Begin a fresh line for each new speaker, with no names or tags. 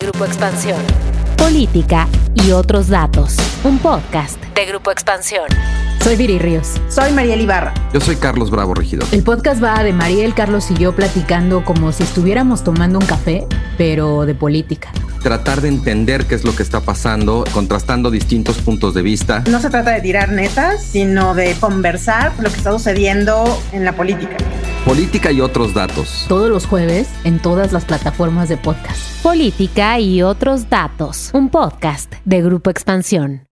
Grupo Expansión.
Política y otros datos. Un podcast
De Grupo Expansión.
Soy Viri Ríos.
Soy Mariel Ibarra.
Yo soy Carlos Bravo Regidor.
El podcast va de Mariel, Carlos y yo platicando como si estuviéramos tomando un café, pero de política.
Tratar de entender qué es lo que está pasando, contrastando distintos puntos de vista.
No se trata de tirar netas, sino de conversar lo que está sucediendo en la política.
Política y otros datos.
Todos los jueves en todas las plataformas de podcast.
Política y otros datos. Un podcast de Grupo Expansión.